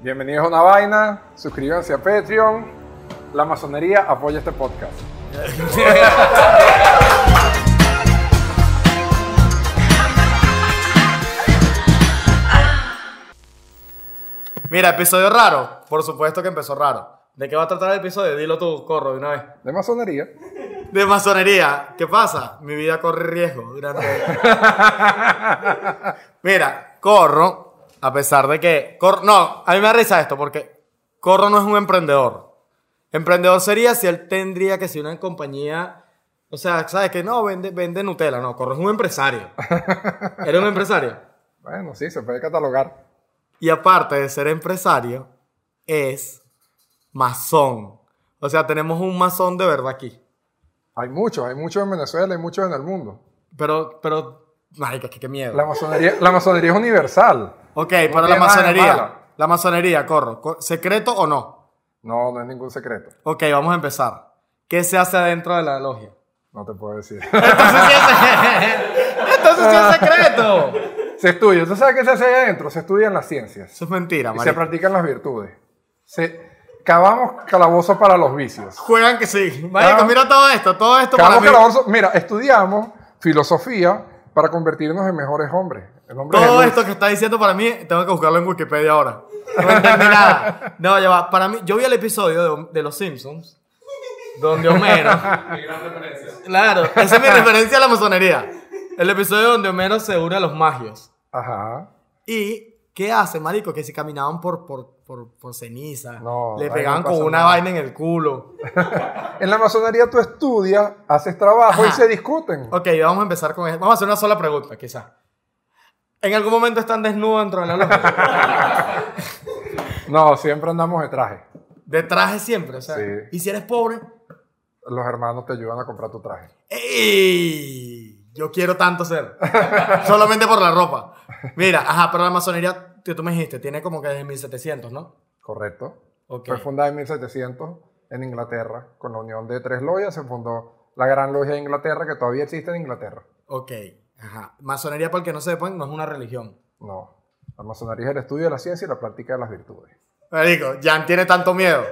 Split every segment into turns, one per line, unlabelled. Bienvenidos a una vaina, suscríbanse a Patreon. La masonería apoya este podcast.
Mira, episodio raro. Por supuesto que empezó raro. ¿De qué va a tratar el episodio? Dilo tú, corro de una vez.
De masonería.
De masonería. ¿Qué pasa? Mi vida corre riesgo. durante- Mira, corro, a pesar de que. Corro, no, a mí me da risa esto porque corro no es un emprendedor. Emprendedor sería si él tendría que ser una compañía. O sea, ¿sabes que No, vende, vende Nutella. No, corro es un empresario. Era un empresario.
Bueno, sí, se puede catalogar.
Y aparte de ser empresario, es masón. O sea, tenemos un masón de verdad aquí.
Hay muchos, hay muchos en Venezuela, hay muchos en el mundo.
Pero, pero, marica, qué, qué miedo.
La masonería, la masonería es universal.
ok, para la
tiene nada de malo.
masonería. La masonería, corro. Co- ¿Secreto o no?
No, no es ningún secreto.
Ok, vamos a empezar. ¿Qué se hace adentro de la logia?
No te puedo decir.
Entonces sí es, Entonces sí es secreto.
se estudia. ¿Tú sabes qué se hace ahí adentro? Se estudian las ciencias.
Eso es mentira,
Y se
marica.
practican las virtudes. Se, cavamos calabozo para los vicios.
Juegan que sí. Marico,
Ah.
mira todo esto. Todo esto para
Cavamos
mí.
calabozo- Mira, estudiamos filosofía para convertirnos en mejores hombres. El hombre
Todo
Jesús.
esto que está diciendo para mí, tengo que buscarlo en Wikipedia ahora. No entendí nada. No, ya va. Para mí, yo vi el episodio de, de Los Simpsons, donde Homero. Claro, esa es mi referencia a la masonería. El episodio donde Homero se une a los magios.
Ajá.
¿Y qué hace, marico? Que se caminaban por, por, por, por ceniza.
No, ahí
le
no
pegaban
pasa
con una
nada.
vaina en el culo.
En la masonería tú estudias, haces trabajo y
Ajá.
se discuten.
Ok, vamos a empezar con esto. Vamos a hacer una sola pregunta, quizás. ¿En algún momento están desnudos dentro de la logia?
No, siempre andamos de traje.
De traje siempre, o sea.
Sí.
¿Y si eres pobre?
Los hermanos te ayudan a comprar tu traje.
¡Ey! Yo quiero tanto ser. Solamente por la ropa. Mira, ajá, pero la masonería, tú, tú me dijiste, tiene como que desde 1700, ¿no?
Correcto.
Ok.
Fue fundada en 1700 en Inglaterra. Con la unión de tres logias se fundó la Gran Logia de Inglaterra, que todavía existe en Inglaterra.
Ok, ajá. Masonería, para el que no sepan, no es una religión.
No. La masonería es el estudio de la ciencia y la práctica de las virtudes.
Marico, Jan tiene tanto miedo.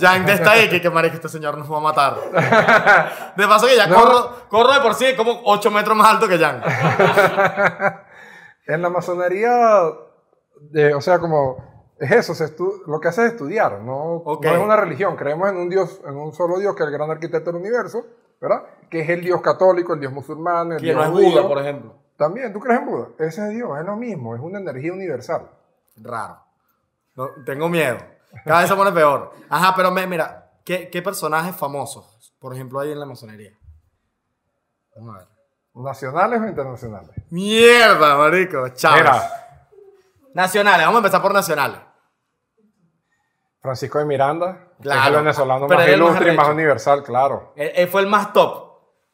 Jan está ahí que, que marico, este señor nos va a matar. De paso que ya
No.
corro, corro de por sí como 8 metros más alto que Jan.
En la masonería, eh, o sea, como es eso, se estu- lo que hace es estudiar, no,
Ok.
no es una religión, creemos en un Dios, en un solo Dios que es el gran arquitecto del universo, ¿verdad? Que es el Dios católico, el Dios musulmán, el
Que
Dios
no es
judío.
Buda, por ejemplo.
También, ¿tú crees en Buda? Ese es Dios, es lo mismo, es una energía universal.
Raro. No, tengo miedo. Cada vez se pone peor. Ajá, pero me- mira, ¿qué, qué personajes famosos, por ejemplo, hay en la masonería? Vamos a ver.
Nacionales o internacionales.
Mierda, marico. Chávez.
Mira,
Nacionales, vamos a empezar por nacionales.
Francisco de Miranda, que es
Claro,
el venezolano
pero
más
él es el más
ilustre y más
arrecho.
universal, claro.
Él, él fue el más top.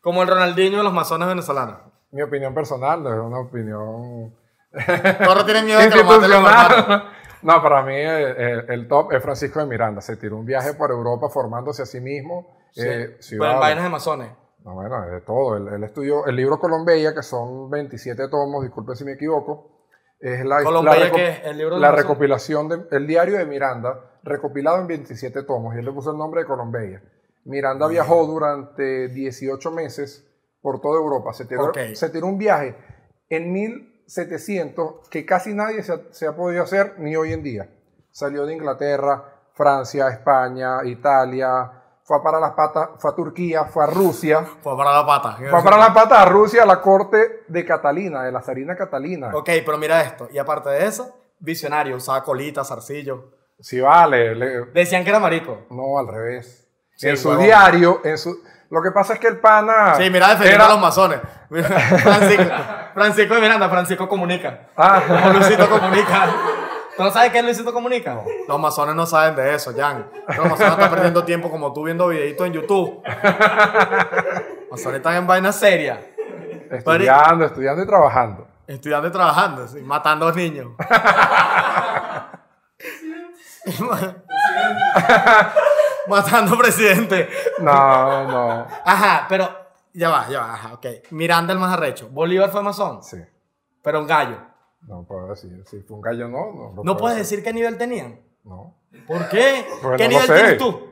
Como el Ronaldinho de los masones venezolanos.
Mi opinión personal, no es una opinión
Todos tienen miedo de que lo maten. lo maten.
institucional. Eh, No, para mí eh, eh, el, top es Francisco de Miranda. Se tiró un viaje por Europa formándose a sí mismo. eh,
Sí, Pero en
ciudadano.
vainas de masones.
No, bueno, es de todo. Él, él estudió el libro Colombeya, que son 27 tomos, disculpen si me equivoco. Es la,
Colombeya,
la reco-
que es el libro de
la
Miranda.
recopilación del diario de Miranda, recopilado en 27 tomos, y él le puso el nombre de Colombeya. Miranda
Mm.
viajó durante 18 meses por toda Europa. Se tiró,
Ok.
se tiró un viaje en 1700 que casi nadie se ha, se ha podido hacer ni hoy en día. Salió de Inglaterra, Francia, España, Italia, fue para las patas, fue a Turquía, fue a Rusia.
Fue para la pata.
Fue para la pata a Rusia, a la corte de Catalina, de la zarina Catalina.
Ok, pero mira esto. Y aparte de eso, visionario, usaba colita, zarcillo.
Si vale, le-
Decían que era marico.
no, al revés.
Sí,
en su
huevón.
diario, en su... Lo que pasa es que el pana...
Sí, mira, defendiendo
Ah, era-
a los masones. Francisco, Francisco de Miranda, Francisco comunica.
Ah,
Como Luisito comunica. ¿Tú no sabes qué es Luisito comunica? Los masones no saben de eso, Jan. Los masones están perdiendo tiempo como tú viendo videitos en YouTube. Los masones están en vaina seria.
estudiando, estudiando y trabajando.
Estudiando y trabajando, sí, matando a niños. matando presidente.
No, no.
Ajá, pero ya va, ya va, ajá, ok. Miranda el más arrecho. Bolívar fue masón,
Sí,
pero un gallo.
no puedo decir. Si fue un gallo, no. No, lo
¿No
puedo
puedes decir qué nivel tenían?
decir.
¿Por qué?
Bueno,
¿Qué
no
nivel
sé.
tienes tú?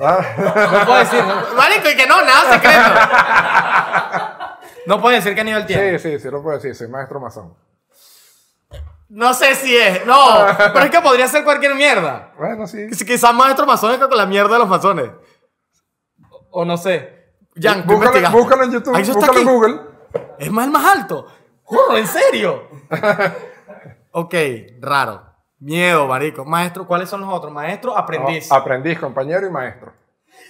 Ah,
No puedo decir. no- Marico, y que no, nada secreto. No puedo decir qué nivel tienes.
sí, sí, sí, lo puedo decir, soy maestro masón.
No sé si es. No, pero es que podría ser cualquier mierda.
Bueno, sí.
Quizás maestro masónico con la mierda de los masones. O no sé. Jan, tú
Búscalo,
investigaste.
búscalo en YouTube,
Ahí eso está
búscalo en
aquí.
Google.
Es más el más alto. Juro, en serio. ok, raro. Miedo, marico. Maestro, ¿cuáles son los otros? Maestro,
No,
aprendiz.
Ah, aprendiz, compañero y maestro.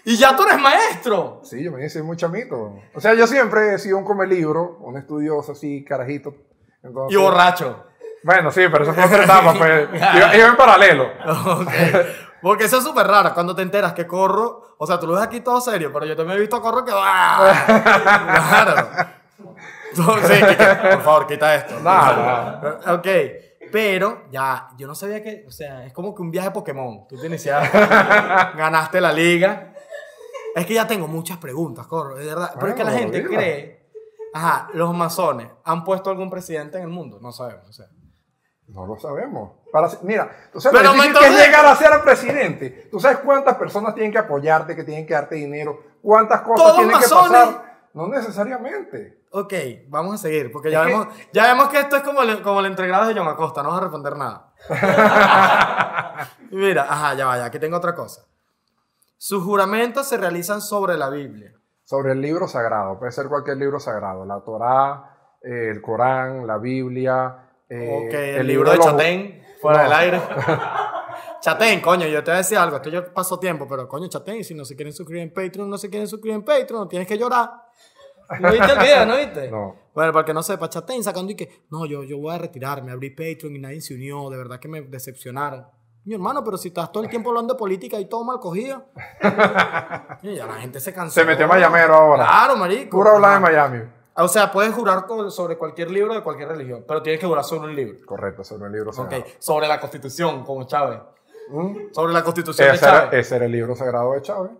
y ya tú eres maestro.
Sí, yo me hice mucho mito. O sea, yo siempre he sido un come libro, un estudioso así, carajito. Entonces,
Y borracho.
Bueno, sí, pero eso fue otra etapa, pues. Iba, iba en paralelo.
Ok. Porque eso es súper raro. Cuando te enteras que corro, o sea, tú lo ves aquí todo serio, pero yo también he visto a corro que va. Claro. Entonces, que- que- por favor, quita esto.
Nada.
Ok. Pero ya, yo no sabía que, o sea, es como que un viaje a Pokémon. Tú te iniciaste, ganaste la liga. Es que ya tengo muchas preguntas, corro, de verdad. Pero es que la
Bueno,
gente
dila.
cree, ajá, los masones han puesto algún presidente en el mundo. No sabemos, o sea.
No lo sabemos. Para, mira, tú sabes
Pero
lo difícil
entonces-
que es llegar a ser presidente. Tú sabes cuántas personas tienen que apoyarte, que tienen que darte dinero, cuántas cosas
Todos
tienen
masones.
que pasar. No necesariamente.
Ok, vamos a seguir, porque ya
Es que-
vemos, ya vemos que esto es como el, como el entregrado de John Acosta, no vas a responder nada. Y Mira, ajá, ya vaya, aquí tengo otra cosa. Sus juramentos se realizan sobre la Biblia.
Sobre el libro sagrado, puede ser cualquier libro sagrado, la Torá, eh, el Corán, la Biblia. eh,
ok, el, libro de
los-
Chatén, fuera
No.
del aire. Chatén, coño, yo te voy a decir algo, esto yo paso tiempo, pero coño, Chatén, si no se quieren suscribir en Patreon, no se quieren suscribir en Patreon, tienes que llorar. ¿No viste el video, no viste?
No.
Bueno, para el que no sepa, Chatén sacando y que, no, yo, yo voy a retirarme, abrí Patreon y nadie se unió, de verdad que me decepcionaron. Mi hermano, pero si estás todo el tiempo hablando de política y todo mal cogido. Y ya la gente se cansó.
Se metió Mayamero ahora.
Claro, marico.
Puro hablar de
Ajá.
Miami.
O sea, puedes jurar con- sobre cualquier libro de cualquier religión, pero tienes que jurar sobre un libro.
Correcto, sobre el libro
Ok,
sagrado.
sobre la constitución, como Chávez.
¿Mm?
Sobre la constitución de
Ese, era,
Chávez.
ese era el libro sagrado de Chávez.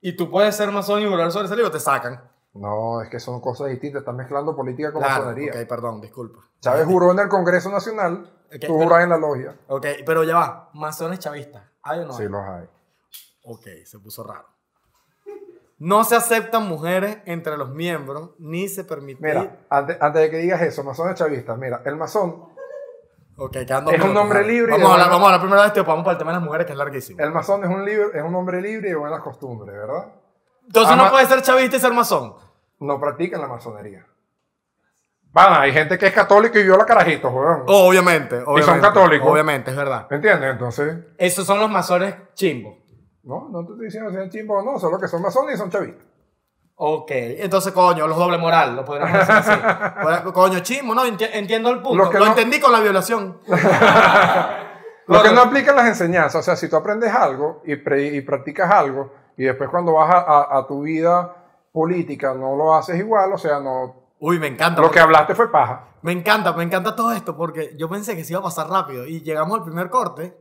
Y tú puedes ser masón y jurar sobre ese libro, te sacan.
No, es que son cosas distintas. Están mezclando política con
Claro,
masonería.
ok, perdón, disculpa.
Chávez juró en el Congreso Nacional,
Ok,
tú
pero-
juras en la logia.
Ok, pero ya va, masones chavistas. ¿Hay o no? hay?
Sí, los hay.
Ok, se puso raro. No se aceptan mujeres entre los miembros, ni se permite.
Mira, antes, antes de que digas eso, masones chavistas, mira, el masón
Ok, quedando
Es un
minutos,
hombre
dale.
libre y
Vamos a
de
hablar,
buena-
vamos a hablar primero de este, vamos para el tema de las mujeres, que es larguísimo.
el masón es un, libre, es un hombre libre y de buenas costumbres, ¿verdad?
Entonces
Ama-
no puede ser chavista y ser masón.
No practican la masonería. Van, hay gente que es católica y viola carajitos, weón.
Oh. Obviamente, obviamente.
católicos.
Obviamente, es verdad.
¿Me entiendes? Entonces,
Esos son los masones chimbos.
no, no te estoy diciendo que sean chimbos o no, solo que son masones y son chavistas.
Ok, entonces coño, los doble moral, lo podríamos decir así. Fuera- coño, chimbo, no, Enti- entiendo el punto.
Los que
Lo
no-
entendí con la violación.
Lo que no aplican las enseñanzas, o sea, si tú aprendes algo y, pre- y practicas algo y después cuando vas a, a- a tu vida política no lo haces igual, o sea, no...
Uy, me encanta.
Lo que hablaste fue paja.
Me encanta, me encanta todo esto porque yo pensé que se iba a pasar rápido y llegamos al primer corte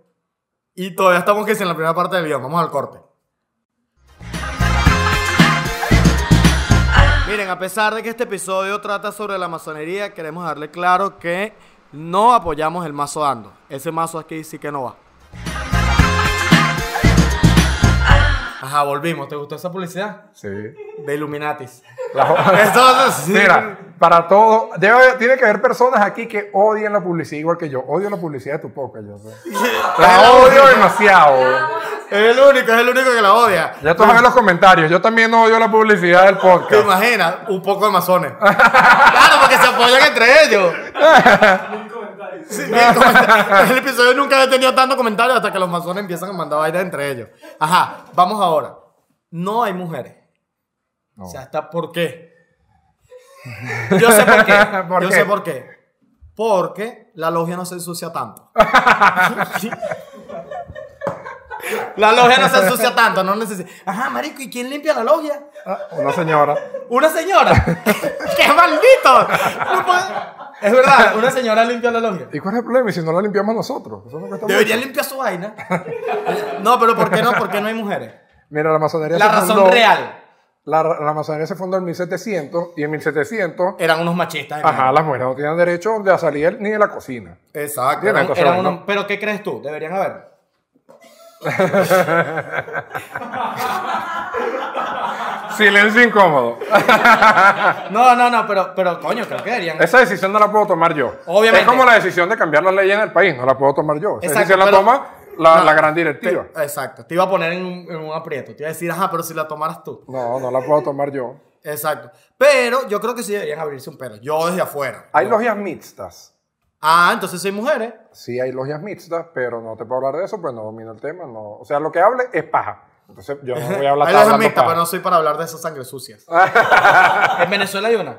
y todavía estamos que si en la primera parte del video. Vamos al corte. Miren, a pesar de que este episodio trata sobre la masonería, queremos darle claro que no apoyamos el mazo dando. Ese mazo aquí sí que no va. Ajá, volvimos. ¿Te gustó esa publicidad?
Sí.
De Illuminatis.
La-
Entonces,
Mira, para todo, debe haber- tiene que haber personas aquí que odian la publicidad igual que yo. Odio la publicidad de tu podcast, yo sé. La odio demasiado.
Es el único, es el único que la odia.
Ya tú vas en los comentarios. Yo también odio la publicidad del
¿Te
podcast.
imaginas? Un poco de masones. claro, porque se apoyan entre ellos. Sí, mil comentarios. El episodio nunca había tenido tantos comentarios hasta que los masones empiezan a mandar vainas entre ellos. Ajá, vamos ahora. No hay mujeres.
No.
O sea, ¿hasta por qué? Yo sé por qué.
¿Por
Yo
qué?
sé por qué. Porque la logia no se ensucia tanto. la logia no se ensucia tanto, no necesita. Ajá, marico, ¿y quién limpia la logia?
Ah, Una señora.
Una señora. ¡Qué maldito! No puede- Es verdad, una señora limpia la logia.
¿Y cuál es el problema? ¿Y si no la limpiamos nosotros? Eso es lo que estamos-
Debería limpiar su vaina. No, pero ¿por qué no? ¿Por qué no hay mujeres?
Mira, la masonería
La
se
razón
fundó-
real.
La, la masonería se fundó en 1700 y en 1700,
Eran unos machistas. hermano.
ajá, las mujeres no tenían derecho de a salir ni de la cocina.
Exacto.
Bien,
eran-
entonces,
eran
bueno.
unos- Pero ¿qué crees tú? Deberían haber.
Silencio incómodo.
No, no, no, pero, pero coño, creo que deberían.
Esa decisión no la puedo tomar yo.
Obviamente.
Es como la decisión de cambiar la ley en el país, no la puedo tomar yo. Esa
Exacto,
decisión la
pero-
toma la,
No.
la gran directiva.
Te- exacto. Te iba a poner en un, en un aprieto. Te iba a decir, ajá, pero si la tomaras tú.
No, no la puedo tomar yo.
Exacto. Pero yo creo que sí deberían abrirse un perro. Yo desde afuera.
Hay logias mixtas.
Ah, entonces soy mujeres.
Sí, hay logias mixtas, pero no te puedo hablar de eso, pues no domino el tema. No. O sea, lo que hable es paja. Entonces yo no voy a hablar
Hay
estaba
las
hablando
mixtas,
paja.
pero no soy para hablar de esas sangres sucias. en Venezuela hay una.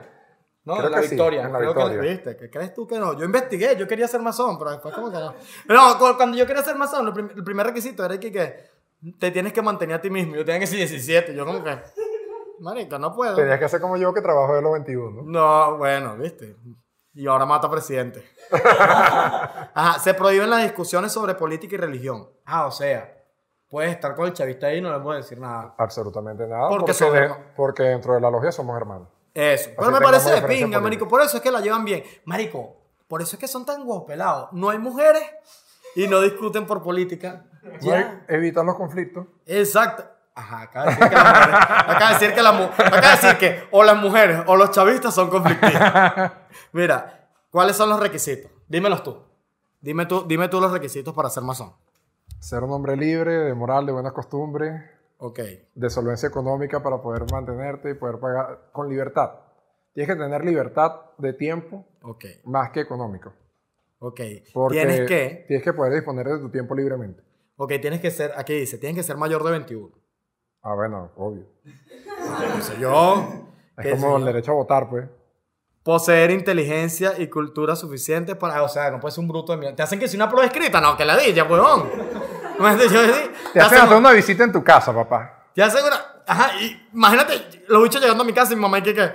No,
Creo
en la
que sí,
Victoria.
en la
Creo
Victoria.
que ¿viste? ¿Qué crees tú que no? Yo investigué, yo quería ser masón, pero después como que no. No, cu- cuando yo quería ser masón, lo prim- el primer requisito era que, que te tienes que mantener a ti mismo. Yo tenía que ser 17, yo como que... Marica, no puedo.
Tenías que hacer como yo que trabajo de los 21.
No, bueno, viste. Y ahora mata presidente. Ajá, se prohíben las discusiones sobre política y religión. Ah, o sea, puedes estar con el chavista ahí y no le puedes decir nada.
Absolutamente nada.
Porque
Porque,
somos
de-
hermanos.
porque dentro de la logia somos hermanos.
Eso. Pero me
tengamos
parece de
diferencias
pinga,
políticas.
marico. Por eso es que la llevan bien. Marico, por eso es que son tan guapos pelados. No hay mujeres y no discuten por política.
No hay- Evitan los conflictos.
Exacto. Ajá, acaba de decir que las mujeres, acaba de decir que, las mu- acaba de decir que o las mujeres o los chavistas son conflictivos. Mira, ¿cuáles son los requisitos? Dímelos tú. Dime tú, dime tú los requisitos para ser masón.
Ser un hombre libre, de moral, de buenas costumbres,
Ok.
de solvencia económica para poder mantenerte y poder pagar con libertad. Tienes que tener libertad de tiempo
Ok.
más que económico.
Ok.
Porque
Tienes que.
Tienes que poder disponer de tu tiempo libremente.
Ok, tienes que ser. Aquí dice, tienes que ser mayor de 21.
Ah, bueno, obvio.
No sé yo.
Es
qué
como
sé
el
yo.
derecho a votar, pues.
Poseer inteligencia y cultura suficiente para. O sea, no puedes ser un bruto de mierda. Te hacen que si una prueba escrita, no, que la di, ya, huevón. Yo decía,
Te hacen hacer una visita en tu casa, papá.
Ya asegura. Ajá, y imagínate los bichos llegando a mi casa y mi mamá y que que.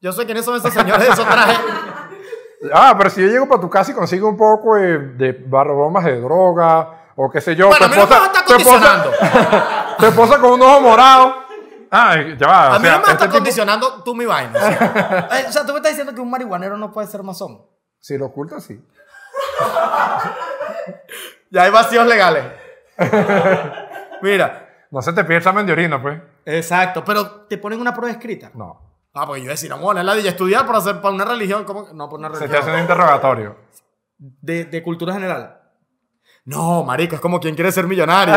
Yo sé quiénes son esos señores de esos trajes.
Ah, pero si yo llego para tu casa y consigo un poco eh, de barrobombas de droga o qué sé yo.
Bueno, a mí no me vas a estar
tu esposa, tu esposa con un ojo morado. Ah, ya va. o
A mí
sea,
no me vas a
este
estar
tipo-
condicionando tú mi vaina. o sea. Eh, o sea, tú me estás diciendo que un marihuanero no puede ser masón.
Si lo ocultas, sí.
Ya hay vacíos legales. Mira.
No se te pide el examen de orina, pues.
Exacto, pero te ponen una prueba escrita.
No.
Ah, porque yo decía, no, bueno, es la de estudiar para hacer para una religión. ¿Cómo? que? No, para una
Se te hace
religión.
un interrogatorio.
De, de cultura general. No, marico, es como quien quiere ser millonario.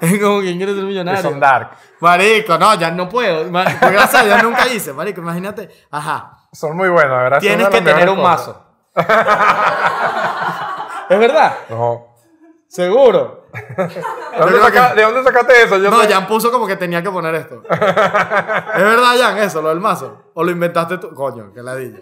es como quien quiere ser
Que
millonario.
Pues son dark.
Marico, no, ya no puedo. Ma- Por gracias a Dios nunca hice, marico, imagínate. Ajá.
Son muy buenos, de ¿verdad? son
Tienes
de
que
las mejores
tener un
cosas.
mazo. ¿Es verdad?
No.
Seguro.
¿De dónde,
creo que-
saca- de dónde sacaste eso? Yo
No,
sé-
Jan puso como que tenía que poner esto. ¿Es verdad, Jan, eso, lo del mazo? ¿O lo inventaste tú? Coño, que ladilla.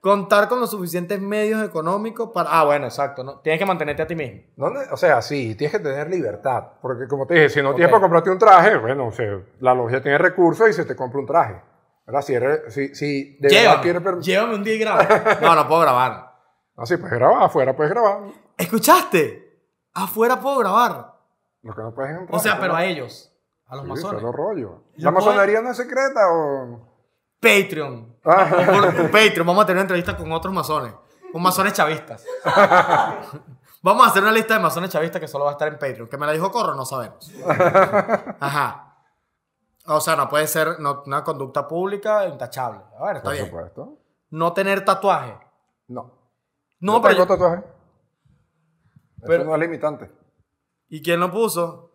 Contar con los suficientes medios económicos para... Ah, bueno, exacto. ¿no? Tienes que mantenerte a ti mismo.
¿Dónde? O sea, sí, tienes que tener libertad. Porque como te dije, si no tienes
Ok.
para comprarte un traje, bueno, o sea, la logia tiene recursos y se te compra un traje. ¿Verdad? Si, eres, si, si de verdad
Llévame,
quieres... per-
llévame un día y graba. No, no puedo grabar.
No, sí, puedes grabar, afuera puedes grabar.
¿Escuchaste? Afuera puedo grabar.
Lo que no puedes es un
O
traje,
sea, pero
¿no?
a ellos. A los
Sí,
masones.
solo rollo.
¿Y
¿La
puedes-
masonería no es secreta o...?
Patreon.
Ah.
Por por Patreon vamos a tener entrevistas con otros masones. Con masones chavistas. vamos a hacer una lista de masones chavistas que solo va a estar en Patreon. Que me la dijo Corro, no sabemos. Ajá. O sea, no puede ser no- una conducta pública intachable. A ver, está
Por
bien.
supuesto.
No tener tatuaje.
No.
No,
tengo
pero. yo-
tatuaje.
Pero-
Eso no es limitante.
¿Y quién lo puso?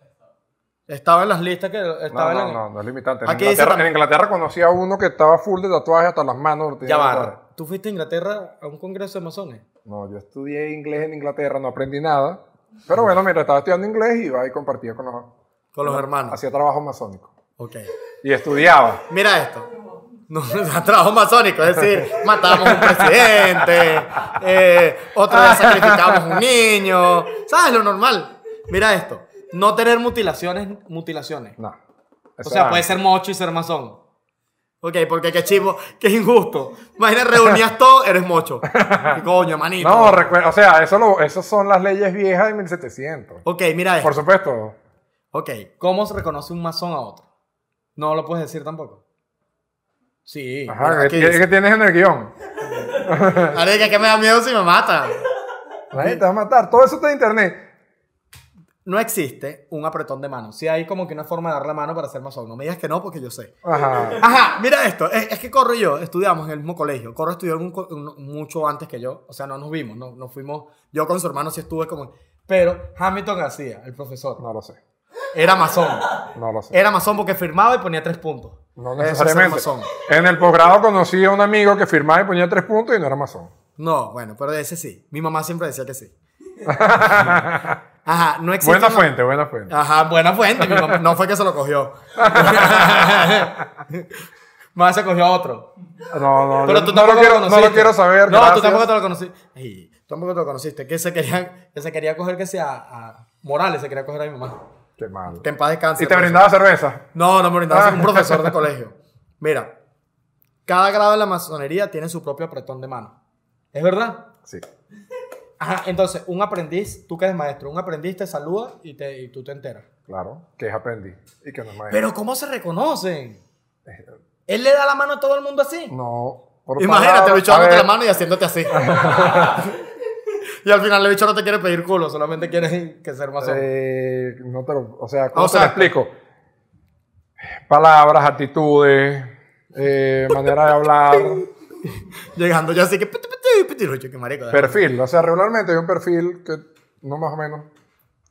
Estaba en las listas que.
No,
Estaba en
no,
la-
no, no es limitante. En
Aquí dice
Inglaterra,
tam-
en Inglaterra conocí a uno que estaba full de tatuajes hasta las manos. lo tenía
Ya
tatuado.
va. ¿Tú fuiste a Inglaterra a un congreso de masones?
No, yo estudié inglés en Inglaterra, no aprendí nada. Pero bueno, mira, estaba estudiando inglés y iba y compartía con los...
Con los hermanos.
Hacía trabajo masónico.
Ah, Ok.
Y estudiaba.
Mira esto. No, trabajo masónico, es decir, matamos a un presidente, eh, otro día sacrificamos un niño, ¿sabes? Lo normal. Mira esto, no tener mutilaciones, mutilaciones.
No.
O sea, pues, puede
puede
ser mocho y ser masón. Ok, porque qué chivo, qué injusto. Imagina, reunías todo, eres mocho. Y coño, manito.
No, recuerda, o sea, eso lo, esas son las leyes viejas de 1700.
ok, mira esto.
Por supuesto.
Ok, ¿cómo se reconoce un masón a otro? No lo puedes decir tampoco. Sí.
Ajá,
pues, aquí
que, que-
dice.
que tienes en el guión.
Ahora, ¿qué me da miedo si me mata?
La gente te va a matar. Todo eso está en internet.
no existe un apretón de mano. Sí hay como que una forma de dar la mano para ser masón. No me digas que no, porque yo sé.
Ajá.
Ajá, mira esto. Es, es que Corro y yo estudiamos en el mismo colegio. Corro estudió en un co- un- mucho antes que yo. O sea, no nos vimos. No, no fuimos. Yo con su hermano sí estuve como... Pero Hamilton García, el profesor,
No lo sé.
era masón.
No lo sé.
Era masón porque firmaba y ponía tres puntos.
No
Eh, Eso es ser
necesariamente.
masón.
En el posgrado conocí a un amigo que firmaba y ponía tres puntos y no era masón.
No, bueno, pero ese sí. Mi mamá siempre decía que sí. Ajá, no Ah. existe...
buena
una-
fuente, buena fuente.
Ajá, buena fuente. mi mamá- no fue que se lo cogió. Más se cogió otro.
No, no,
Pero
yo
tú
no,
tampoco
lo quiero,
lo
no lo
conociste.
quiero saber.
No, tú
gracias.
tampoco te lo conocí. Ay, tú tampoco te lo conociste. Que se querían, que se quería coger que sea a Morales, se quería coger a mi mamá.
Qué malo.
Que en paz descanse.
Y te
por
brindaba cerveza.
eso. No, no me brindaba,
Ah.
soy un profesor de colegio. Mira, cada grado de la masonería tiene su propio apretón de mano. ¿Es verdad?
Sí.
Ajá, entonces, un aprendiz, tú que eres maestro, un aprendiz te saluda y, te, y tú te enteras.
Claro, que es aprendiz y que no es maestro.
Pero ¿cómo se reconocen? Eh, Él le da la mano a todo el mundo así.
No, por
Imagínate,
palabra-
el bicho
a
dándote
ver,
la mano y haciéndote así. y al final el bicho no te quiere pedir culo, solamente quiere que ser más
eh, no te lo, o sea, ¿cómo
O
te lo
sea-
explico? Palabras, actitudes, eh, manera de hablar,
Llegando yo así que... piti, piti, piti, oye, qué marico. déjame.
perfil. O sea, regularmente hay un perfil que no más o menos.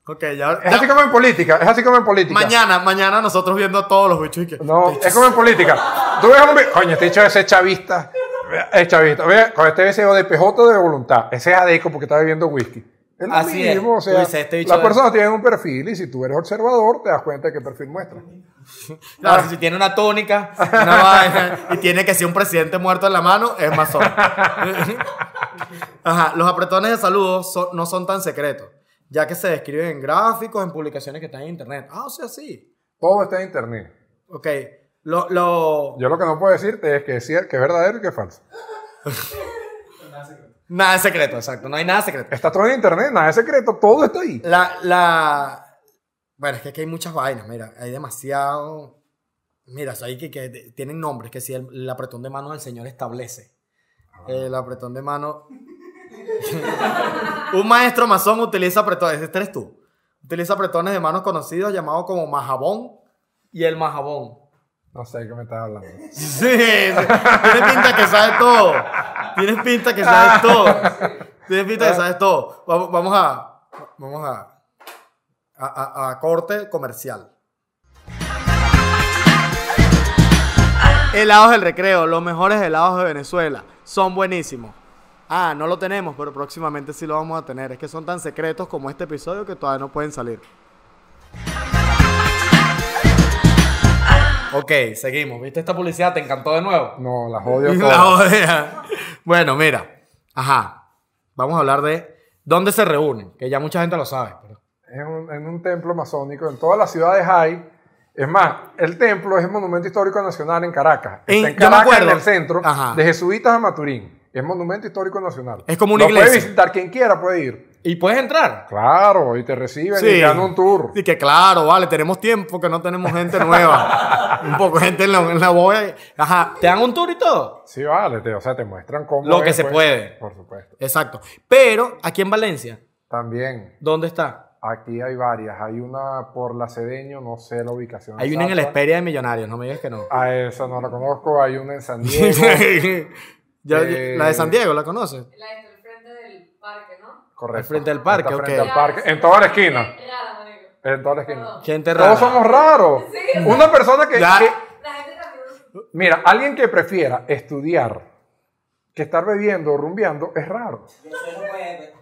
Ok, ya...
Es
ya.
así como en política, es así como en política.
Mañana, mañana nosotros viendo a todos los bichos y que...
No, es como en política. Tú ves un vi- coño, este dicho ese es chavista. Es chavista. Ve, con este ese de PJ de voluntad. Ese es adeco porque está bebiendo whisky. Es lo
Así es.
mismo, o
Tú
sea,
dices, este bicho
las
de-
personas tienen un perfil y si tú eres observador te das cuenta de qué perfil muestra.
Claro, si tiene una tónica una vaina, y tiene que ser un presidente muerto en la mano, es masón. Ajá, los apretones de saludos son- no son tan secretos, ya que se describen en gráficos, en publicaciones que están en internet. Ah, o sea, sí.
Todo está en internet.
Ok, lo, lo-
Yo lo que no puedo decirte es que es, cier- que es verdadero y que es falso.
Nada es secreto, exacto, no hay nada secreto.
Está todo en internet, nada es secreto, todo está ahí.
La, la... Bueno, es que aquí hay muchas vainas, mira, hay demasiado... Mira, o sea, hay que, que de- tienen nombres, que si el, el apretón de manos del señor establece. El apretón de mano... Un maestro masón utiliza apretones, este eres tú. Utiliza apretones de manos conocidos llamados como majabón y el majabón.
No sé de qué me estás hablando.
Sí, sí. tienes pinta que sabes todo. Tienes pinta que sabes todo. Tienes pinta que sabes todo. Vamos, vamos a. Vamos a. A, a- a corte comercial. Helados del recreo, los mejores helados de Venezuela. Son buenísimos. Ah, no lo tenemos, pero próximamente sí lo vamos a tener. Es que son tan secretos como este episodio que todavía no pueden salir. Ok, seguimos. ¿Viste esta publicidad? ¿Te encantó de nuevo?
No, las odio
La
todas.
bodega. Bueno, mira. Ajá. Vamos a hablar de dónde se reúnen, que ya mucha gente lo sabe. pero-
en un, en un templo masónico. En todas las ciudades hay. Es más, el templo es el Monumento Histórico Nacional en Caracas. Está
En-
en,
yo me
Caracas,
acuerdo.
en el centro,
Ajá.
de Jesuitas a Maturín. Es Monumento Histórico Nacional.
Es como una
Lo puede
iglesia.
visitar quien quiera, puede ir.
Y puedes entrar.
Claro, y te reciben y te dan un tour.
Y que claro, vale, tenemos tiempo que no tenemos gente nueva. un poco de gente en la, en la bodega. Ajá. Te dan un tour y todo.
Sí, vale, te- o sea, te muestran cómo.
Lo que
es, pues.
se puede.
Por supuesto.
Exacto. Pero aquí en Valencia,
También,
¿dónde está?
aquí hay varias. Hay una por la Cedeño, no sé la ubicación.
Hay una en el
exacta.
Esperia de Millonarios, no me digas que no.
A esa no la conozco. Hay una en San Diego.
Yo-
Eh,
La de San Diego, ¿la conoces?
La que está al frente del parque, ¿no?
Correcto.
Al frente del parque,
Está frente
ok.
al parque. En toda la esquina.
Claro, marico.
En toda la esquina.
Perdón.
Gente rara.
Todos somos raros. Una persona que,
Ya.
que-
La gente también.
Mira, alguien que prefiera estudiar que estar bebiendo o rumbeando es raro.
Eh.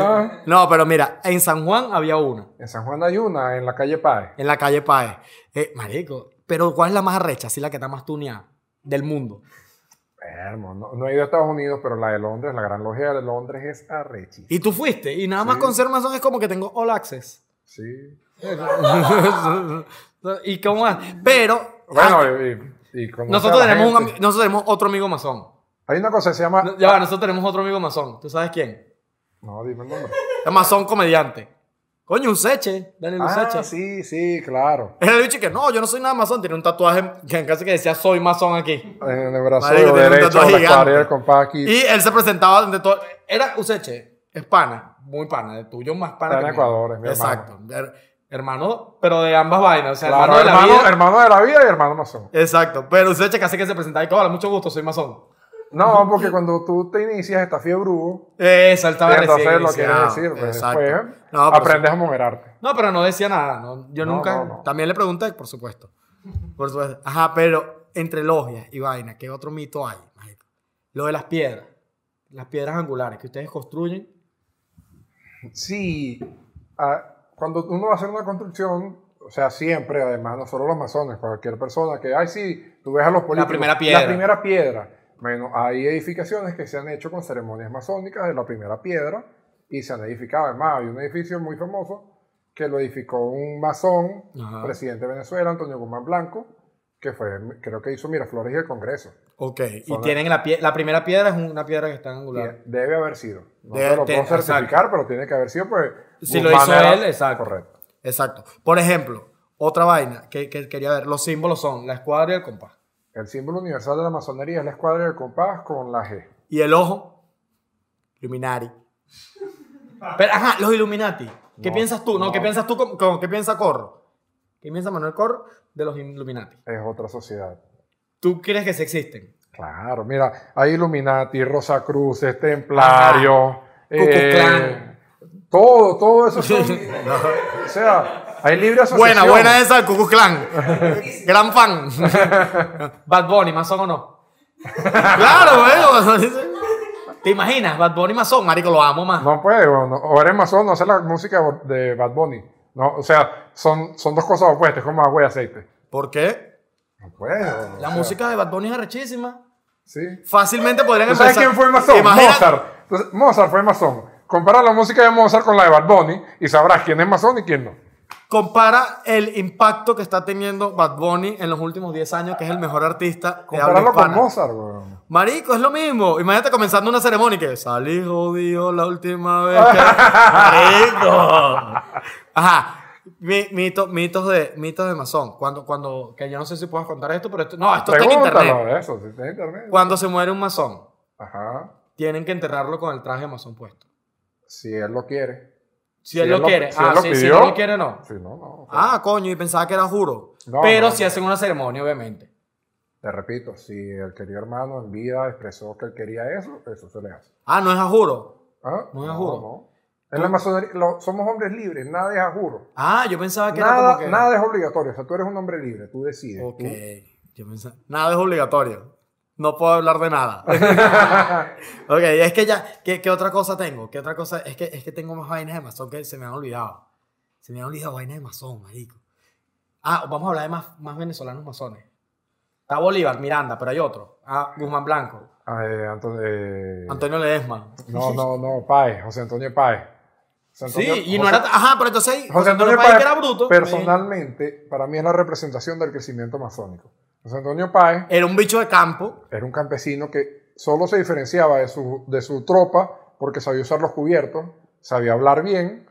Ah.
no, pero mira, en San Juan había una.
En San Juan hay una, en la calle Páez.
En la calle Paez. Eh, marico, pero ¿cuál es la más arrecha? Sí, la que está más tuneada del mundo.
Hermo, no, no he ido a Estados Unidos, pero la de Londres, la gran logia de Londres es arrechi.
Y tú fuiste, y nada más
Sí.
con ser masón es como que tengo all access.
Sí.
y cómo más. Pero
Bueno,
ah,
y, y- y conoce
nosotros,
a la
tenemos un,
gente.
ami- nosotros tenemos otro amigo masón.
Hay una cosa que se llama.
No, Ya va, nosotros tenemos otro amigo masón. ¿Tú sabes quién?
No, dime el nombre.
Es masón comediante. Coño, un seche. Daniel
Ah,
Useche.
sí, sí, claro.
Era el bicho que no, yo no soy nada masón. Tiene un tatuaje que casi que decía soy masón aquí.
En el brazo
Marico, tiene un
derecho,
tatuaje
la
gigante.
cuadrilla del compás aquí.
Y él se presentaba ante todo. Era Useche, es pana. muy pana, el tuyo más
Está
pana. que
en
mío.
Ecuador, es mi
Exacto. Her- hermano, pero de ambas vainas. O sea,
Claro,
hermano de la
hermano,
vida.
hermano de la vida y hermano masón.
Exacto. Pero usted checa, hace que se presenta y que, hola, mucho gusto, soy masón.
No, porque cuando tú te inicias está fiebre
Esa él estaba
y entonces
recién
lo quieres
iniciado.
decir. Pues,
Exacto.
después
No, pues pero
aprendes a moderarte.
No, pero no decía nada. no, yo
No,
nunca.
no, no.
También le pregunté, por supuesto. Por supuesto. Ajá, pero entre logias y vaina, ¿qué otro mito hay? marico? Lo de las piedras. Las piedras angulares que ustedes construyen.
Sí, ah, cuando uno va a hacer una construcción, o sea, siempre, además, no solo los masones, cualquier persona que, ay, sí, tú ves a los políticos.
primera piedra.
La primera piedra. Bueno, hay edificaciones que se han hecho con ceremonias masónicas de la primera piedra y se han edificado. Además, hay un edificio muy famoso que lo edificó un masón,
Ajá.
presidente de Venezuela, Antonio Guzmán Blanco, que fue, creo que hizo Miraflores y el Congreso.
Ok. y
Son-
tienen la, pie- la primera piedra, es una piedra que está angular.
Y Debe haber sido. No
Debe
te lo
te-
puedo
exacto.
certificar, pero tiene que haber sido, pues.
Si lo
Guzmán
hizo
era-
él, exacto.
Correcto.
Exacto. Por ejemplo, otra vaina que, que quería ver. Los símbolos son la escuadra y el compás.
El símbolo universal de la masonería es la escuadra del compás con la G.
Y el ojo, Illuminati. Pero, ajá, los Illuminati. ¿Qué
No,
piensas tú? No, ¿qué
no.
piensas tú? con- con- ¿Qué piensa Corro? ¿Qué piensa Manuel Corro de los Illuminati?
Es otra sociedad.
¿Tú crees que se existen?
Claro, mira, hay Illuminati, Rosacruces, Templarios,
Ku Klux Klan.
eh, todo, todo eso son, o sea, hay libre
Buena,
asociación.
buena esa del Cucu Clan. Gran fan. Bad Bunny, masón o no. claro, güey. ¿Te imaginas? Bad Bunny masón, marico, lo amo más.
No puede, bueno, o eres masón o hacer la música de Bad Bunny. No, o sea, son, son dos cosas opuestas, es como agua y aceite.
¿Por qué?
No puede. o
La
sea,
música de Bad Bunny es arrechísima.
Sí.
Fácilmente podrían
¿Tú
empezar.
sabes quién fue masón?
Imagina-
Mozart. Entonces, Mozart fue masón. Compara la música de Mozart con la de Bad Bunny y sabrás quién es masón y quién no.
Compara el impacto que está teniendo Bad Bunny en los últimos 10 años, que es el mejor artista de habla
Compararlo con
hispana.
Mozart, weón.
Marico, es lo mismo. Imagínate comenzando una ceremonia y que salí jodido la última vez. que-". Marico. Ajá. Mi- mito- mitos de mitos de masón. Cuando, cuando, que yo no sé si puedas contar esto, pero esto, no, esto está en internet.
Pregúntalo eso, si está en internet.
Cuando se muere un masón,
Ajá.
tienen que enterrarlo con el traje de masón puesto.
Si él lo quiere.
Si, él lo, quiere,
si
ah,
él lo
sí, si
pidió.
no lo quiere, no.
Si no, no.
Ah, coño, y pensaba que era juro.
No,
pero
no.
si hacen una ceremonia, obviamente.
Te repito, si el querido hermano en vida expresó que él quería eso, eso se le hace.
Ah, no es a juro.
¿Ah?
No es a juro.
no. En la masonería, lo- somos hombres libres, nada es a juro.
Ah, yo pensaba que era
Nada,
como que...
nada es obligatorio. O sea, tú eres un hombre libre, tú decides.
Ok.
Tú-
Uh. Yo pensaba... Nada es obligatorio. No puedo hablar de nada. ok, es que ya... ¿qué, qué otra cosa tengo? ¿Qué otra cosa? Es que, es que tengo más vainas de masón que se me han olvidado. Se me han olvidado vainas de masón, marico. Ah, vamos a hablar de más, más venezolanos masones. Está Bolívar, Miranda, pero hay otro. Ah, Guzmán Blanco.
Ah, eh, Antonio, eh,
Antonio Ledesma.
No, no, no, Páez, José Antonio Páez. José
Sí,
Antonio-
y no
José-
era... Ajá, pero entonces... ahí-
José Antonio
Páez,
Páez,
que era bruto.
personalmente, para mí es la representación del crecimiento masónico. José Antonio Páez
Era un bicho de campo.
era un campesino que solo se diferenciaba de su, de su tropa porque sabía usar los cubiertos, sabía hablar bien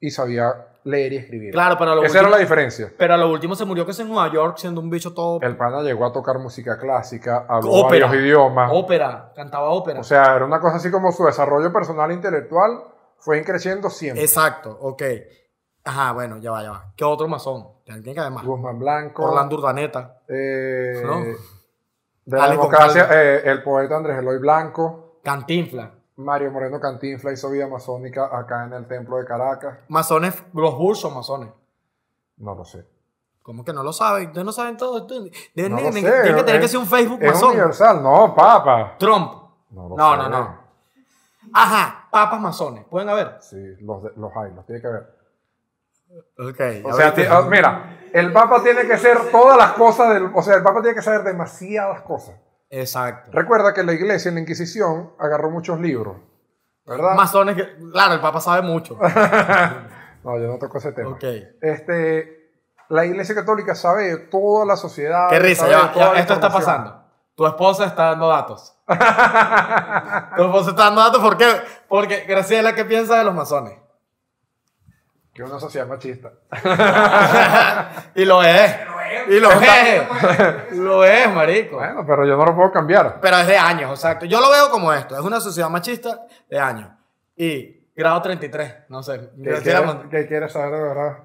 y sabía leer y escribir.
Claro, pero a lo,
Esa era
último,
la diferencia.
pero a lo último se murió que es en Nueva York siendo un bicho todo
El pana llegó a tocar música clásica, habló
Ópera.
varios idiomas.
oh, ópera, cantaba ópera.
O sea, era una cosa así como su desarrollo personal e intelectual fue creciendo siempre.
Exacto, ok. Ajá, bueno, ya va, ya va. ¿Qué otro masón? Tiene que haber más.
Guzmán Blanco.
Orlando Urdaneta,
Eh,
¿No?
De la
Alex
democracia,
Goncalves.
eh, el poeta Andrés Eloy Blanco,
Cantinfla,
Mario Moreno Cantinfla hizo vida masónica acá en el templo de Caracas.
masones, los bursos masones.
No lo sé.
¿Cómo que no lo saben? Ustedes no saben todo. esto. Deben,
No lo
tienen-
sé,
tienen que tener que
es-
ser un Facebook
Es
masón.
universal, no, papa.
Trump.
No, lo
No,
sé.
no, no. Ajá, papas masones. ¿Pueden haber?
Sí, los, de- los hay, los tiene que ver.
Ok.
O sea, ti- ah, mira, el papa tiene que ser todas las cosas, del, o sea, el papa tiene que saber demasiadas cosas.
Exacto.
Recuerda que la iglesia en la Inquisición agarró muchos libros, ¿verdad?
Masones que... Claro, el papa sabe mucho.
No, yo no toco ese tema.
Ok.
Este, la iglesia católica sabe de toda la sociedad.
Qué risa,
sabe
ya
de
va,
toda
ya,
la
esto está
información.
pasando. Tu esposa está dando datos. tu esposa está dando datos, ¿por qué? Porque Graciela, ¿qué piensa de los masones?
Que una sociedad machista.
y lo es. Y lo es. lo es, marico.
Bueno, pero yo no lo puedo cambiar.
Pero es de años, exacto. Yo lo veo como esto. Es una sociedad machista de años. Y grado 33, no sé.
Que
Yo era-
quieras, que quieras saber de verdad.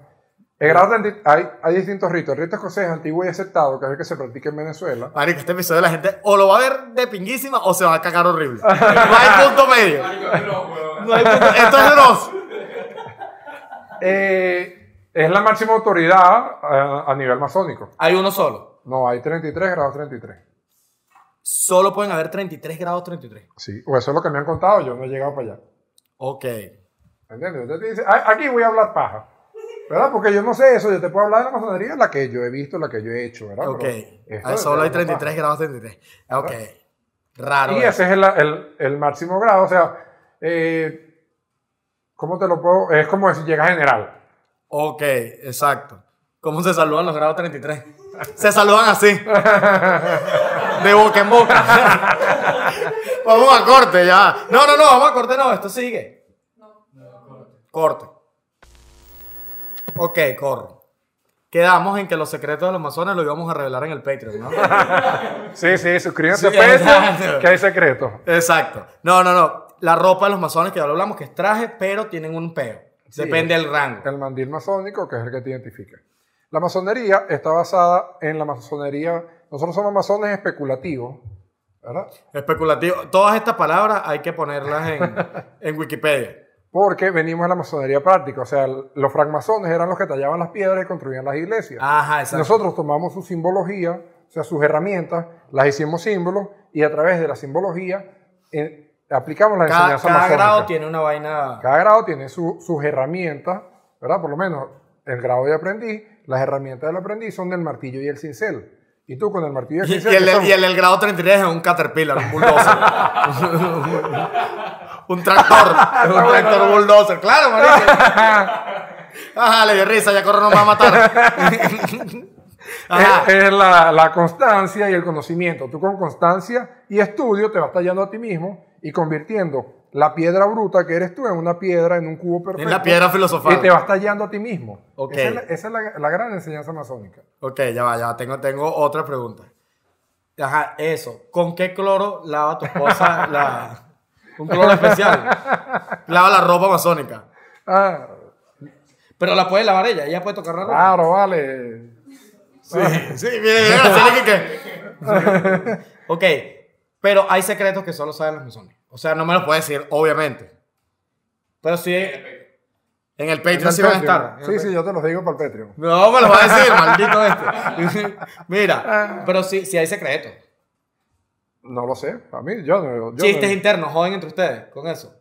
El grado 30 hay, hay distintos ritos. El rito escocés es antiguo y aceptado, que es el que se practica en Venezuela.
Marico, este episodio la gente o lo va a ver de pinguísima o se va a cagar horrible. No hay punto medio. No hay punto- Esto es grosso.
Eh, es la máxima autoridad eh, a nivel masónico.
Hay uno solo.
No, hay 33 grados 33.
Solo pueden haber 33 grados 33.
Sí, o eso es lo que me han contado, yo no he llegado para allá.
Ok.
Ah, ¿Entiendes? Usted te dice, "A- aquí voy a hablar paja. ¿Verdad? Porque yo no sé eso, yo te puedo hablar de la masonería, la que yo he visto, la que yo he hecho, ¿verdad?
Ok.
Pero esto
Ahí
es
solo hay
de verdad
33 grados 33.
Ah.
Ok. Raro.
Y
eh.
ese es el, el- el máximo grado. O sea, eh, ¿cómo te lo puedo? Es como si llega general.
Ok, exacto. ¿Cómo se saludan los grados 33? Se saludan así. De boca en boca. vamos a corte ya. No, no, no, vamos a corte, no, esto sigue. Corte. Ok, corro. Quedamos en que los secretos de los masones los íbamos a revelar en el Patreon, ¿no?
Sí, sí, suscríbete
Sí,
a Patreon,
exacto.
que hay secretos.
Exacto. No, no, no. La ropa de los masones, que ya lo hablamos, que es traje, pero tienen un peo.
Sí.
Depende del rango.
El mandil masónico, que es el que te identifica. La masonería está basada en la masonería. Nosotros somos masones especulativos, ¿verdad?
Especulativo. Todas estas palabras hay que ponerlas en, en Wikipedia.
Porque venimos de la masonería práctica. O sea, el- los francmasones eran los que tallaban las piedras y construían las iglesias.
Ajá, Ah, exacto.
Nosotros tomamos su simbología, o sea, sus herramientas, las hicimos símbolos y a través de la simbología eh, aplicamos la
cada,
enseñanza
cada
masónica.
grado tiene una vaina.
Cada grado tiene su- sus herramientas, ¿verdad? Por lo menos el grado de aprendiz, las herramientas del aprendiz son del martillo y el cincel. Y tú con el martillo y el
Y,
cincel,
y
que
el,
son-
y el del grado 33 es un caterpillar, un bulldozer. un tractor. un tractor bulldozer. Claro, marico. Ajá, le dio risa, ya corro, nos va a matar. Ajá.
es, es la, la constancia y el conocimiento. Tú con constancia y estudio te vas tallando a ti mismo y convirtiendo la piedra bruta que eres tú en una piedra, en un cubo perfecto.
En la piedra filosofal.
Y te vas tallando a ti mismo.
Ok.
Esa es, la, esa es la- la gran enseñanza masónica.
Ok, ya va, ya va. Tengo, tengo otra pregunta. Ajá, eso. ¿Con qué cloro lava tu esposa la... Un cloro especial. Lava la ropa masónica.
Ah,
Pero la puede lavar ella, ella puede tocar la ropa.
claro, vale.
Ah, Sí, sí, mire, mire, así que- que- Ok, pero hay secretos que solo saben los masones. O sea, no me los puede decir, obviamente. Pero sí, en el Patreon sí van a estar.
Sí, sí, yo te los digo para el Patreon.
No, me lo va a decir, maldito este. Mira, pero sí, sí hay secretos.
No lo sé, a mí, yo no. Yo
Chistes
no
internos, joden entre ustedes con eso.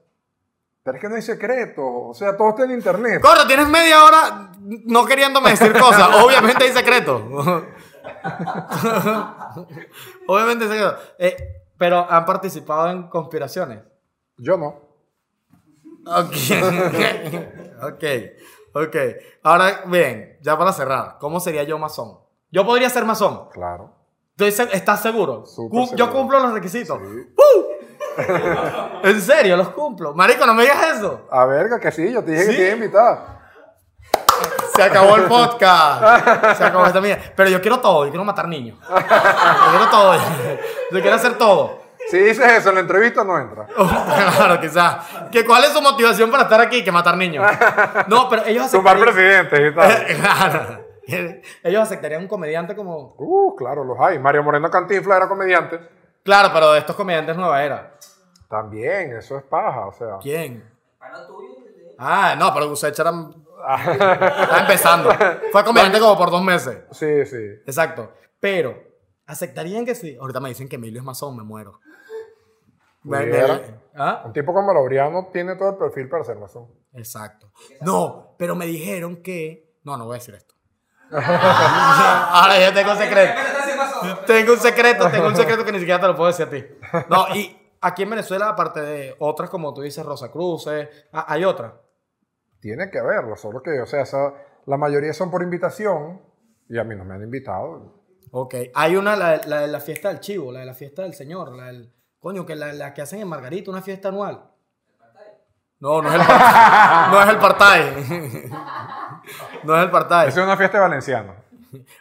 pero es que no hay secreto, o sea, todo está en internet.
Corre, tienes media hora no queriéndome decir cosas. Obviamente hay secretos. Obviamente hay secretos. Eh, pero han participado en conspiraciones.
Yo no.
Ok. ok. Ok. Ahora, bien, ya para cerrar, ¿cómo sería yo masón? Yo podría ser masón.
Claro.
Estoy se- ¿Estás seguro?
Súper
Cu- Yo
seguro.
cumplo los requisitos. ¡Uh! en serio, los cumplo. Marico, no me digas eso.
A verga, que sí, yo te dije
Sí.
que te iba a invitar.
Se acabó el podcast. Se acabó esta mierda. Pero yo quiero todo. Yo quiero matar niños. Yo quiero todo. Yo quiero hacer todo.
Si dices eso en la entrevista, no entra.
claro, quizás. ¿Que ¿Cuál es su motivación para estar aquí? Que matar niños. No, pero ellos
Tumbar
aceptarían...
presidentes y
Eh.
tal.
Claro. Ellos aceptarían un comediante como...
Uh, claro, los hay. Mario Moreno Cantinfla era comediante.
Claro, pero de estos comediantes nueva era.
También, eso es paja, o sea.
¿Quién? Ah, no, pero Gusech era... Está empezando. Fue comediante como por dos meses.
Sí, sí.
Exacto. Pero, ¿aceptarían que sí? Ahorita me dicen que Emilio es masón, me muero. Me- me-
Pudiera.
¿Ah?
Un tipo como Laureano tiene todo el perfil para ser masón.
Exacto. No, pero me dijeron que. No, no voy a decir esto. Ahora yo tengo un secreto. Tengo un secreto, tengo un secreto que ni siquiera te lo puedo decir a ti. No, y aquí en Venezuela, aparte de otras como tú dices, Rosa Cruces, ah, hay otras.
Tiene que verlo, solo que, o sea, esa- la mayoría son por invitación y a mí no me han invitado.
Ok. Hay una, la, la de la fiesta del chivo, la de la fiesta del señor, la del. Coño, que la, la que hacen en Margarita, una fiesta anual. No, no es el partay. No es el partay. No es el partay.
Esa es una fiesta valenciana.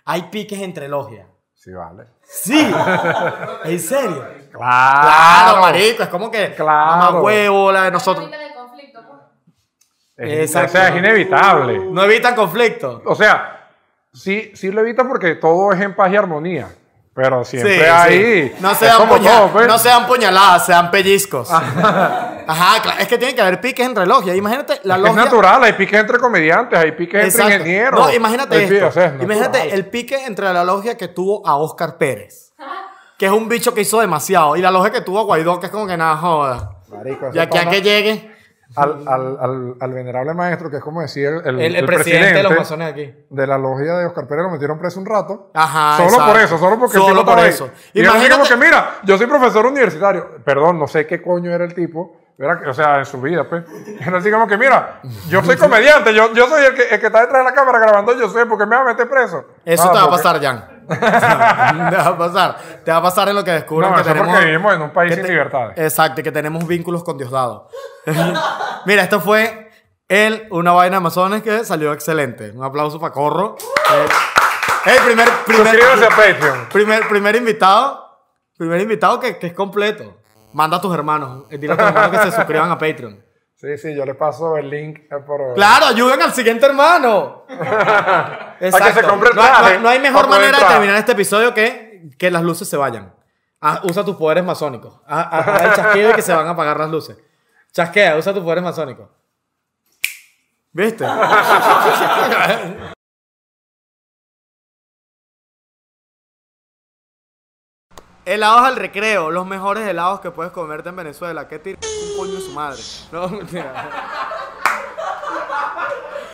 Hay piques entre logias.
Sí, vale.
Sí. ¿En serio?
Claro,
Claro, marico. Es como que.
Claro.
Mamá huevo, la de
Nosotros.
nosotros.
Ahorita el conflicto, pues.
Es,
Exacto.
o sea, es inevitable.
No evitan conflicto.
O sea, sí, sí lo evita porque todo es en paz y armonía. Pero siempre
sí.
hay.
No
es
sean,
como
puña-
todo, pues.
no sean puñaladas, sean pellizcos. Ajá, claro. Es que tiene que haber piques en reloj. Y ahí imagínate la
Es
logia.
natural, hay piques entre comediantes, hay piques entre
Exacto.
ingenieros.
No, imagínate
Hay
Pues
piques,
esto.
o sea, es natural.
imagínate el pique entre la logia que tuvo a Oscar Pérez. Que es un bicho que hizo demasiado. Y la logia que tuvo a Guaidó, que es como que nada joda.
Marico,
Y
ese
aquí a
pana-
que llegue.
al, al, al, al venerable maestro, que es como decir el, el-
El, el
el
presidente, de los masones aquí.
de la logia de Oscar Pérez lo metieron preso un rato.
Ajá,
Solo
Ah, exacto.
por eso, solo porque
Solo
el tipo
por
estaba ahí.
eso.
Y era así
Imagínate-
como que, mira, yo soy profesor universitario. Perdón, no sé qué coño era el tipo. Era que- o sea, en su vida, pues. Era así como que, mira, yo soy comediante, yo, yo soy el que, el que está detrás de la cámara grabando, yo sé, porque me va a meter preso.
Eso
Nada,
te va a
porque-
pasar, Jan. te va a pasar. Te va a pasar en lo que descubran
No,
que
eso
tenemos.
porque vivimos en un país
que
sin
te-
libertades.
Exacto, y que tenemos vínculos con Diosdado. Mira, esto fue el Una Vaina Amazonas que salió excelente. Un aplauso para Corro. Eh, el primer, primer,
Suscríbase a Patreon.
primer, primer invitado. Primer invitado que, que es completo. Manda a tus hermanos. eh, Dile a tus hermanos que se suscriban a Patreon.
Sí, sí, yo le paso el link eh, por.
Claro, ayuden al siguiente hermano. Exacto.
que se compre el
No hay- no hay-
traje
No, hay mejor
para poder
manera de
entrar.
terminar este episodio que que las luces se vayan. Ah, usa tus poderes masónicos. Ah, ah, haz el chasquido y que se van a apagar las luces. Chasquea, usa tus poderes masónicos. ¿Viste? Helados al recreo, los mejores helados que puedes comerte en Venezuela. ¿Qué tira un coño de su madre? No, mentira.